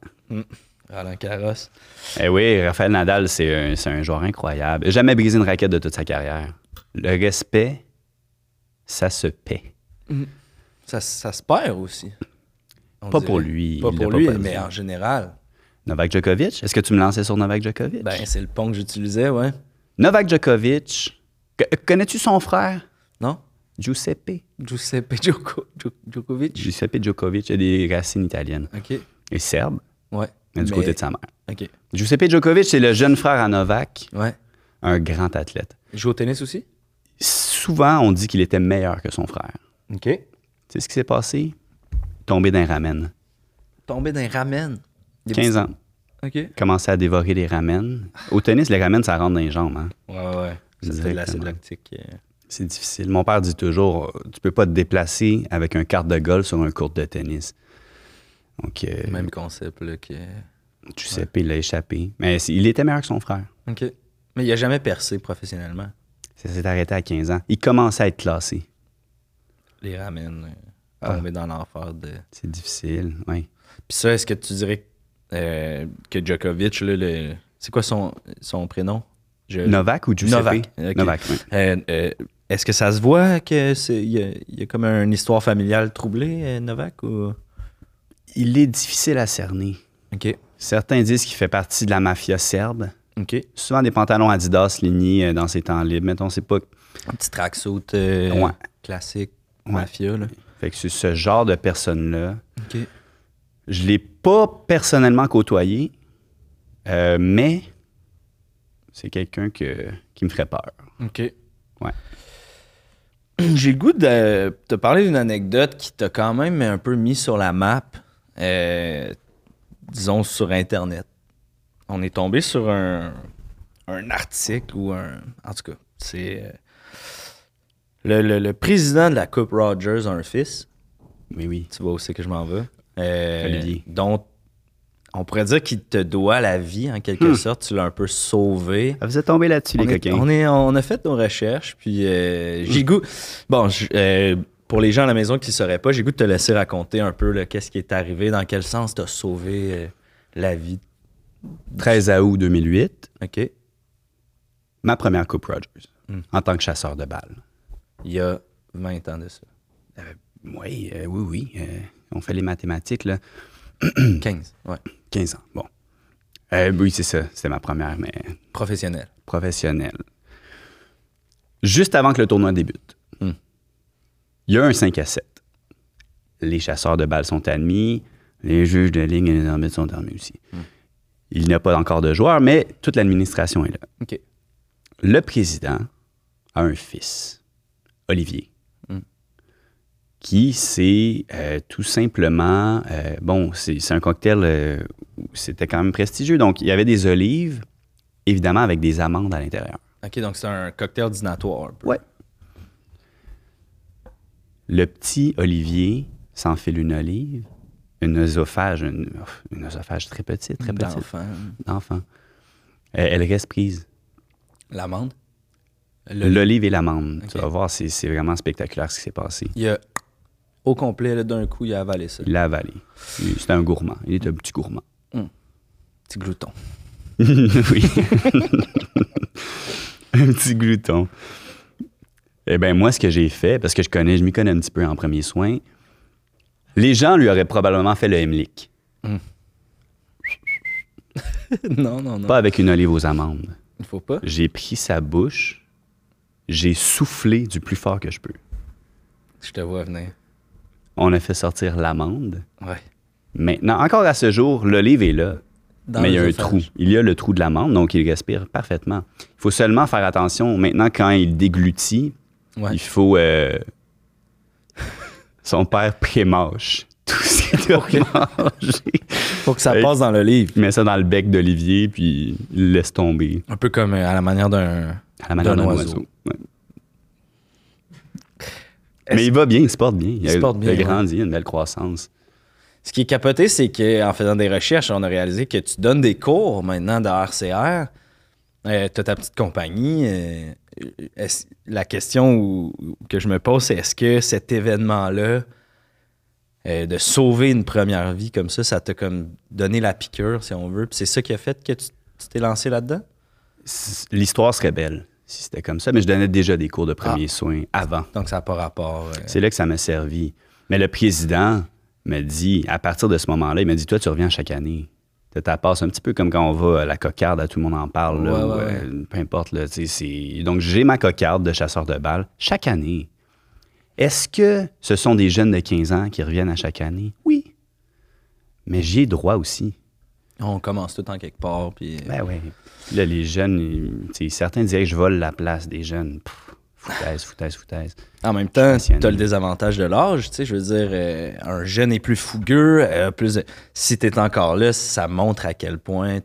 Roland Carrosse. Eh oui, Raphaël Nadal, c'est un, c'est un joueur incroyable. Jamais brisé une raquette de toute sa carrière. Le respect, ça se paie. Ça, ça se perd aussi. On Pas pour lui, Pas il pour l'a pas lui, perdu. mais en général. Novak Djokovic, est-ce que tu me lançais sur Novak Djokovic? Ben, c'est le pont que j'utilisais, ouais. Novak Djokovic, co- connais-tu son frère? Non? Giuseppe. Giuseppe Djoko- Djo- Djokovic. Giuseppe Djokovic a des racines italiennes OK. et serbes, Ouais. mais du côté de sa mère. OK. Giuseppe Djokovic, c'est le jeune frère à Novak, Ouais. un grand athlète. Il joue au tennis aussi? Souvent, on dit qu'il était meilleur que son frère. OK. Tu sais ce qui s'est passé? Tombé d'un ramen. Tombé dans les ramen. Des 15 ans. petits- OK. commencer à dévorer les ramen. Au tennis, les ramen, ça rentre dans les jambes. hein. Ouais, ouais, ouais. Ça fait de l'acide Directement. lactique. euh. C'est difficile. Mon père dit toujours, euh, tu peux pas te déplacer avec un quart de golf sur un court de tennis. Donc, euh, Même concept, là, que... tu sais, puis il l'a échappé. Mais c'est- il était meilleur que son frère. OK. Mais il a jamais percé professionnellement. Ça s'est arrêté à 15 ans. Il commençait à être classé. Les ramen. euh, Ah. Tombé dans l'enfer de... C'est difficile, oui. Puis ça, est-ce que tu dirais euh, que Djokovic, là, le... c'est quoi son, son prénom? Je- Novak ou Giuseppe? Euh, Novak, ok. Novak, oui. Euh, euh, est-ce que ça se voit que c'est il y, a- il y a comme une histoire familiale troublée, euh, Novak ou Il est difficile à cerner. Ok, Certains disent qu'il fait partie de la mafia serbe. ok. Souvent des pantalons Adidas lignés euh, dans ses temps libres. Mettons, c'est pas Un petit tracksuit euh, Ouais. classique Ouais. mafia là. Fait que c'est ce genre de personne-là. Ok. Je l'ai pas personnellement côtoyé, euh, mais c'est quelqu'un que, qui me ferait peur. Ok. Ouais. J'ai le goût de te parler d'une anecdote qui t'a quand même un peu mis sur la map. Euh, disons, sur Internet. On est tombé sur un, un article ou un. En tout cas, c'est. euh, le, le- le président de la Coupe Rogers a un fils. Oui, oui. Tu vois où c'est que je m'en vais. Euh, Olivier. dont on pourrait dire qu'il te doit la vie, en quelque sorte. Tu l'as un peu sauvé. Ah, vous êtes tombé là-dessus, On les est, coquins. on, est- on a fait nos recherches, puis euh, j'ai goût. Bon, j- euh, pour les gens à la maison qui ne sauraient pas, j'ai goût de te laisser raconter un peu là, qu'est-ce qui est arrivé, dans quel sens t'as sauvé euh, la vie. 13 août 2008, OK? ma première Coupe Rogers Hmm. en tant que chasseur de balles. Il y a 20 ans de ça. Oui, euh, oui, oui. euh, on fait les mathématiques, là. 15, ouais. 15 ans, bon. Euh, oui, c'est ça. C'était ma première, mais Professionnel. professionnelle. Juste avant que le tournoi débute, Hmm. il y a un 5 à 7. Les chasseurs de balles sont admis, les juges de ligne et les arbitres sont admis aussi. Il n'y a pas encore de joueurs, mais toute l'administration est là. OK. Le président a un fils, Olivier, qui c'est euh, tout simplement, euh, bon, c'est c'est un cocktail, euh, où c'était quand même prestigieux. Donc, il y avait des olives, évidemment avec des amandes à l'intérieur. OK, donc c'est un cocktail dînatoire. un peu. Ouais. Le petit Olivier s'enfile une olive, une oesophage, une, une oesophage très petite, très petite, D'enfant. d'enfant. Euh, elle reste prise. L'amande. Le- L'olive et l'amande. Tu Ok. vas voir, c'est c'est vraiment spectaculaire ce qui s'est passé. Il a, au complet, là, d'un coup, il a avalé ça. Il l'a avalé. Il- C'est un gourmand. Il est un petit gourmand. Petit glouton. oui. un petit glouton. Eh bien, moi, ce que j'ai fait, parce que je connais, je m'y connais un petit peu en premier soin, les gens lui auraient probablement fait le Hemlick. non, non, non. Pas avec une olive aux amandes. Il faut pas. J'ai pris sa bouche, j'ai soufflé du plus fort que je peux. Je te vois venir. On a fait sortir l'amande. Ouais. Maintenant, encore à ce jour, l'olive est là. Dans mais il y a un l'œsophage. trou. Il y a le trou de l'amande, donc il respire parfaitement. Il faut seulement faire attention. Maintenant, quand il déglutit, Ouais. il faut. euh, Son père prémâche tout ce qu'il doit manger. Faut que ça Hey. passe dans le livre. Il met ça dans le bec d'Olivier, puis il laisse tomber. Un peu comme euh, à la manière d'un. À la manière D'un d'un oiseau. oiseau. ouais. Mais il va bien, il se porte bien. Il, se a, porte il a bien, ouais. grandi, il a une belle croissance. Ce qui est capoté, c'est qu'en faisant des recherches, on a réalisé que tu donnes des cours maintenant de RCR. Euh, T'as ta petite compagnie. euh, est-ce- la question où- que je me pose, c'est est-ce que cet événement-là, euh, de sauver une première vie comme ça, ça t'a comme donné la piqûre, si on veut. Puis c'est ça qui a fait que tu tu t'es lancé là-dedans? S- L'histoire serait belle si c'était comme ça, mais je donnais déjà des cours de premiers soins avant. Donc ça n'a pas rapport. euh, C'est là que ça m'a servi. Mais le président me dit, à partir de ce moment-là, il m'a dit Toi, tu reviens chaque année. Tu ta passe un petit peu comme quand on va à la cocarde, à tout le monde en parle, là, Ouais, ou, ouais, ouais. euh, peu importe. Là, tu sais, c'est- Donc, j'ai ma cocarde de chasseur de balles chaque année. Est-ce que ce sont des jeunes de 15 ans qui reviennent à chaque année Oui. Mais j'y ai droit aussi. On commence tout en quelque part. Puis... euh, Ben oui. Là, les jeunes, ils- tu sais, certains diraient que je vole la place des jeunes. Pff, foutaise, foutaise, foutaise. En même temps, passionné. t'as le désavantage de l'âge, tu sais, je veux dire, euh, un jeune est plus fougueux, euh, plus... Si t'es encore là, ça montre à quel point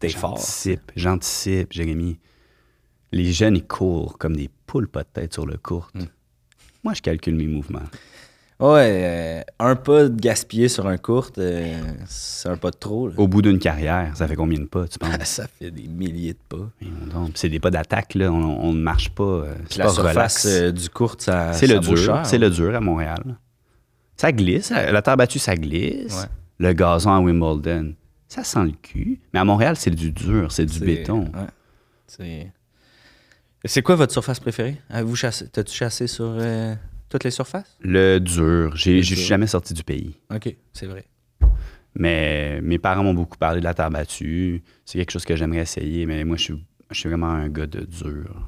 t'es fort. J'anticipe, j'anticipe, Jérémy. Les jeunes, ils courent comme des poules pas de tête sur le courte. Hmm. Moi, je calcule mes mouvements. Ouais, euh, un pas de gaspillé sur un court, euh, c'est un pas de trop, là. Au bout d'une carrière, ça fait combien de pas, tu penses? Ça fait des milliers de pas. Mais mon don, pis c'est des pas d'attaque, là. On- On ne marche pas. euh, Puis C'est la pas surface relax. euh, du court, ça C'est ça le vaut dur. cher. hein. C'est le dur à Montréal. Ça glisse. euh, La la terre battue, ça glisse. Ouais. Le gazon à Wimbledon, ça sent le cul. Mais à Montréal, c'est du dur, c'est du C'est- béton. ouais. C'est... C'est quoi votre surface préférée? Avez-vous chassé? T'as-tu chassé sur euh, toutes les surfaces? Le dur. J'ai- Le Je suis dur. jamais sorti du pays. OK, c'est vrai. Mais mes parents m'ont beaucoup parlé de la terre battue. C'est quelque chose que j'aimerais essayer, mais moi, je suis, je suis vraiment un gars de dur.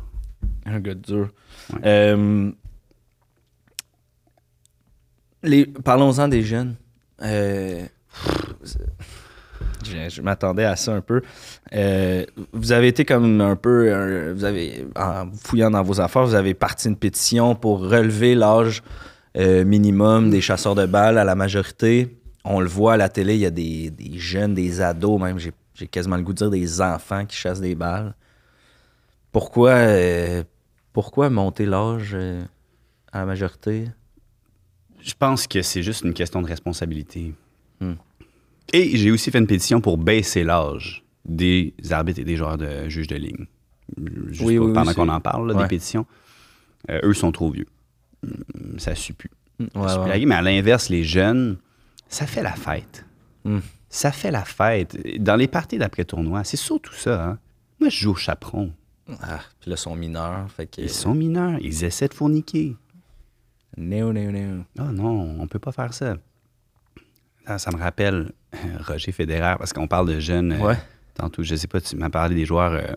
Un gars de dur. Ouais. Euh, les, parlons-en des jeunes. Euh, je je m'attendais à ça un peu. Euh, vous avez été comme un peu, euh, vous avez, en fouillant dans vos affaires, vous avez parti une pétition pour relever l'âge euh, minimum des chasseurs de balles à la majorité. on le voit à la télé, il y a des, des jeunes, des ados, même, j'ai j'ai quasiment le goût de dire des enfants qui chassent des balles. Pourquoi, euh, pourquoi monter l'âge euh, à la majorité? Je pense que c'est juste une question de responsabilité. Hmm. Et j'ai aussi fait une pétition pour baisser l'âge des arbitres et des joueurs de juges de ligne. Juste Oui, pour- oui, oui, pendant c'est- qu'on en parle, là, Ouais. des pétitions. Euh, eux sont trop vieux. Hmm, Ça suppue. Ouais, Ça suppue ouais. la game. Mais à l'inverse, les jeunes, ça fait la fête. Hmm. Ça fait la fête. Dans les parties d'après-tournoi, c'est surtout ça. hein. Moi, je joue au chaperon. Ah, puis là, ils sont mineurs, fait que... Ils sont mineurs. Ils essaient de fourniquer. Néo, néo, néo. Ah non, on peut pas faire ça. Ça, ça me rappelle euh, Roger Federer, parce qu'on parle de jeunes. euh, Ouais. Tantôt, je sais pas, tu m'as parlé des joueurs. euh,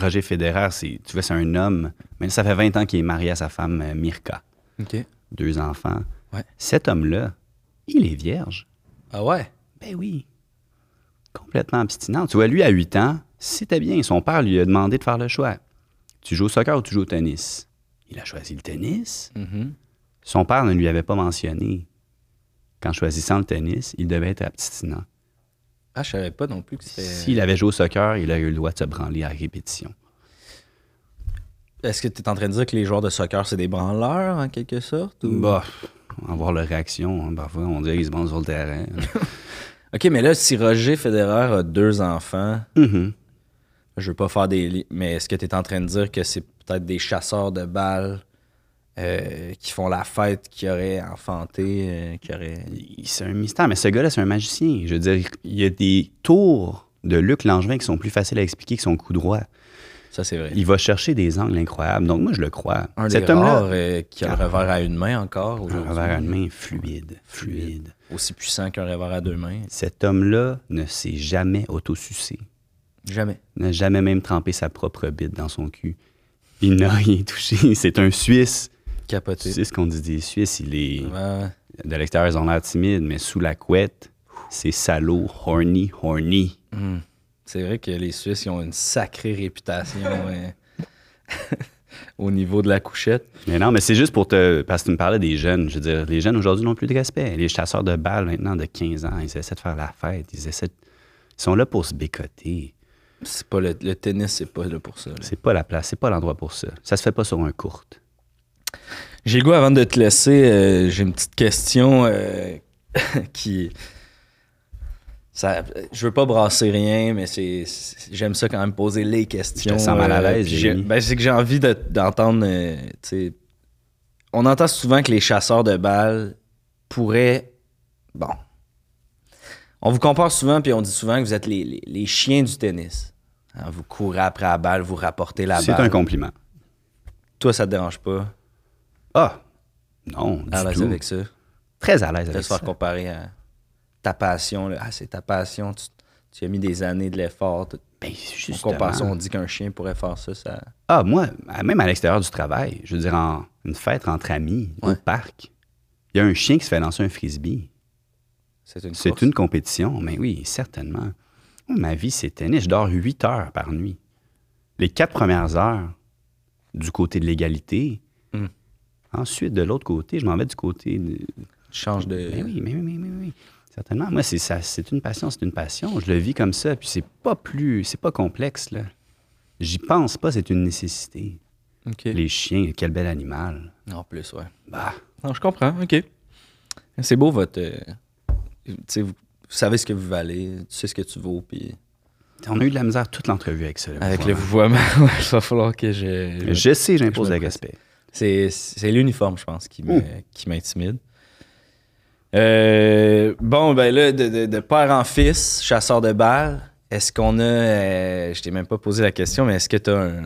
Roger Federer, c'est, tu vois, c'est un homme, mais ça fait 20 ans qu'il est marié à sa femme euh, Mirka. OK. Deux enfants. Ouais. Cet homme-là, il est vierge. Ah ouais? Ben oui. Complètement abstinent. Tu vois, lui, à 8 ans, c'était bien. Son père lui a demandé de faire le choix. Tu joues au soccer ou tu joues au tennis? Il a choisi le tennis. Mhm. Son père ne lui avait pas mentionné qu'en choisissant le tennis, il devait être abstinent. Ah, je savais pas non plus que c'était... S'il avait joué au soccer, il aurait eu le droit de se branler à répétition. Est-ce que tu es en train de dire que les joueurs de soccer, c'est des branleurs, en quelque sorte? ou- Bof, on va voir leur réaction. hein. Parfois, on dirait qu'ils se branlent sur le terrain. OK, mais là, si Roger Federer a deux enfants, Mm-hmm. Mhm. je veux pas faire des... li- Mais est-ce que tu es en train de dire que c'est peut-être des chasseurs de balles euh, qui font la fête, qui auraient enfanté, euh, qui auraient... Il- C'est un mystère, mais ce gars-là, c'est un magicien. Je veux dire, il y a des tours de Luc Langevin qui sont plus faciles à expliquer que son coup droit. Ça, c'est vrai. Il va chercher des angles incroyables. Donc, moi, je le crois. Un Cet des rares homme-là, euh, qui a le Ah. revers à une main encore un aujourd'hui. revers à une main fluide, fluide. Aussi puissant qu'un revers à deux mains. Cet homme-là ne s'est jamais autosucé. Jamais. n'a jamais même trempé sa propre bite dans son cul. Il n'a rien touché. C'est un Suisse. Tu Capoté. sais ce qu'on dit des Suisses, il est... Ouais. De l'extérieur, ils ont l'air timides, mais sous la couette, c'est salaud, horny, horny. Hmm. C'est vrai que les Suisses, ils ont une sacrée réputation euh, au niveau de la couchette. Mais non, mais c'est juste pour te... Parce que tu me parlais des jeunes. Je veux dire, les jeunes aujourd'hui n'ont plus de respect. Les chasseurs de balles maintenant de 15 ans, ils essaient de faire la fête. Ils essaient de- Ils sont là pour se bécoter. C'est pas le, le tennis, c'est pas là pour ça. là. C'est pas la place, c'est pas l'endroit pour ça. Ça se fait pas sur un court. J'ai le goût, avant de te laisser, euh, j'ai une petite question euh, qui. Ça, je veux pas brasser rien, mais c'est, c'est- j'aime ça quand même poser les questions. Je te sens mal à l'aise, puis j'ai- Jérémy. ben, c'est que j'ai envie de- d'entendre. euh, tu sais, on entend souvent que les chasseurs de balles pourraient. Bon. On vous compare souvent, puis on dit souvent que vous êtes les, les- les chiens du tennis. Hein, vous courez après la balle, vous rapportez la C'est balle. un compliment. Toi, ça te dérange pas? Ah! Non, du À l'aise tout. avec ça? Très à l'aise de avec se faire ça. comparer à ta passion. là. Ah, c'est ta passion. Tu, tu as mis des années de l'effort. Tu- Ben, En justement. comparaison, on dit qu'un chien pourrait faire ça. ça... Ah, moi, à- même à l'extérieur du travail, je veux dire, en, une fête entre amis, au Ouais. parc, il y a un chien qui se fait lancer un frisbee. C'est une C'est course. une compétition, mais oui, certainement. Moi, Ma vie, c'est tennis. Je dors 8 heures par nuit. Les quatre premières heures, du côté de l'égalité. Hum. Ensuite, de l'autre côté, je m'en vais du côté de... Tu changes de. Mais Ben oui, mais oui, mais oui, mais oui. Certainement. Moi, c'est ça- c'est une passion, c'est une passion. Je le vis comme ça, puis c'est pas plus... C'est pas complexe, là. J'y pense pas, c'est une nécessité. OK. Les chiens, quel bel animal. En plus, ouais. Bah, Non, je comprends. OK. C'est beau votre. euh, Tu sais, vous, vous savez ce que vous valez. Tu sais ce que tu vaux. Puis. on a eu de la misère toute l'entrevue avec ça. là, Avec le vouvoiement, vraiment. ouais, il va falloir que je. Je sais, j'impose Je me le presse. respect. C'est, c'est l'uniforme, je pense, qui, me- qui m'intimide. Euh, bon, ben là, de, de- de père en fils, chasseur de balles, est-ce qu'on a. euh, je t'ai même pas posé la question, mais est-ce que tu as un,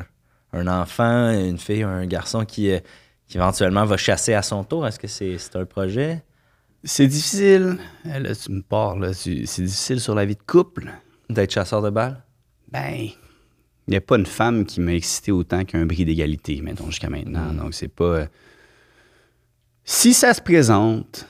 un enfant, une fille, un garçon qui, euh, qui éventuellement va chasser à son tour? Est-ce que c'est, c'est un projet? C'est difficile. Eh, Là, tu me pars, là. tu- C'est difficile sur la vie de couple. D'être chasseur de balles? Ben, il n'y a pas une femme qui m'a excité autant qu'un bris d'égalité, mettons, jusqu'à maintenant. Donc, c'est pas. euh, Si ça se présente,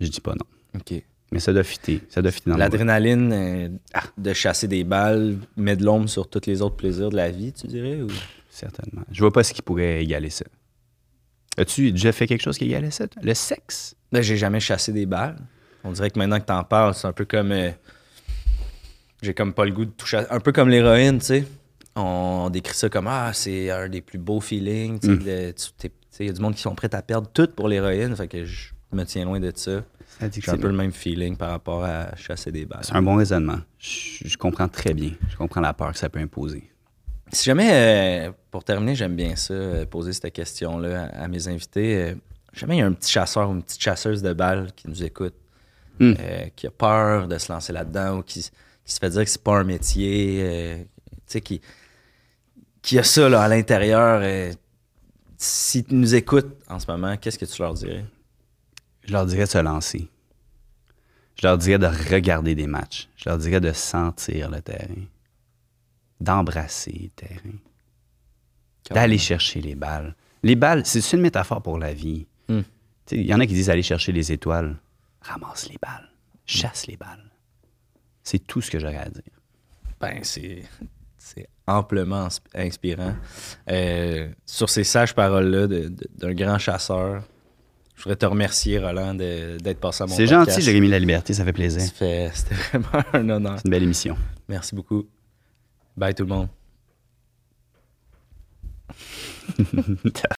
je dis pas non. OK. Mais ça doit fitter. Ça doit fitter dans le moule. L'adrénaline euh, de chasser des balles met de l'ombre sur tous les autres plaisirs de la vie, tu dirais? Ou... Certainement. Je vois pas ce qui pourrait égaler ça. As-tu déjà fait quelque chose qui égalait ça, toi? Le sexe? Ben, j'ai jamais chassé des balles. On dirait que maintenant que t'en parles, c'est un peu comme. euh, J'ai comme pas le goût de toucher. à- Un peu comme l'héroïne, tu sais. On décrit ça comme Ah, c'est un des plus beaux feelings. tu sais, de- tu- t'es- tu sais, Il y a du monde qui sont prêts à perdre tout pour l'héroïne. Fait que je me tiens loin de ça. J'ai un peu le même feeling par rapport à chasser des balles. C'est un bon raisonnement. Je, je comprends très bien. Je comprends la peur que ça peut imposer. Si jamais, euh, pour terminer, j'aime bien ça, euh, poser cette question-là à, à mes invités. Euh, jamais il y a un petit chasseur ou une petite chasseuse de balles qui nous écoute, Hmm. euh, qui a peur de se lancer là-dedans ou qui, s- qui se fait dire que c'est pas un métier, euh, tu sais, qui, qui a ça là, à l'intérieur. euh, S'ils nous écoutent en ce moment, qu'est-ce que tu leur dirais? Je leur dirais de se lancer. Je leur dirais de regarder des matchs. Je leur dirais de sentir le terrain. D'embrasser le terrain. D'aller chercher les balles. Les balles, c'est une métaphore pour la vie. Hmm. Tu sais, Il y en a qui disent aller chercher les étoiles. Ramasse les balles. Chasse les balles. C'est tout ce que j'aurais à dire. Ben, c'est c'est amplement insp- inspirant. Euh, sur ces sages paroles-là de- de- d'un grand chasseur, je voudrais te remercier, Roland, de- d'être passé à mon C'est podcast. gentil, Jérémy La Liberté, ça fait plaisir. Ça C'est fait- C'était vraiment un honneur. une belle émission. Merci beaucoup. Bye tout le monde.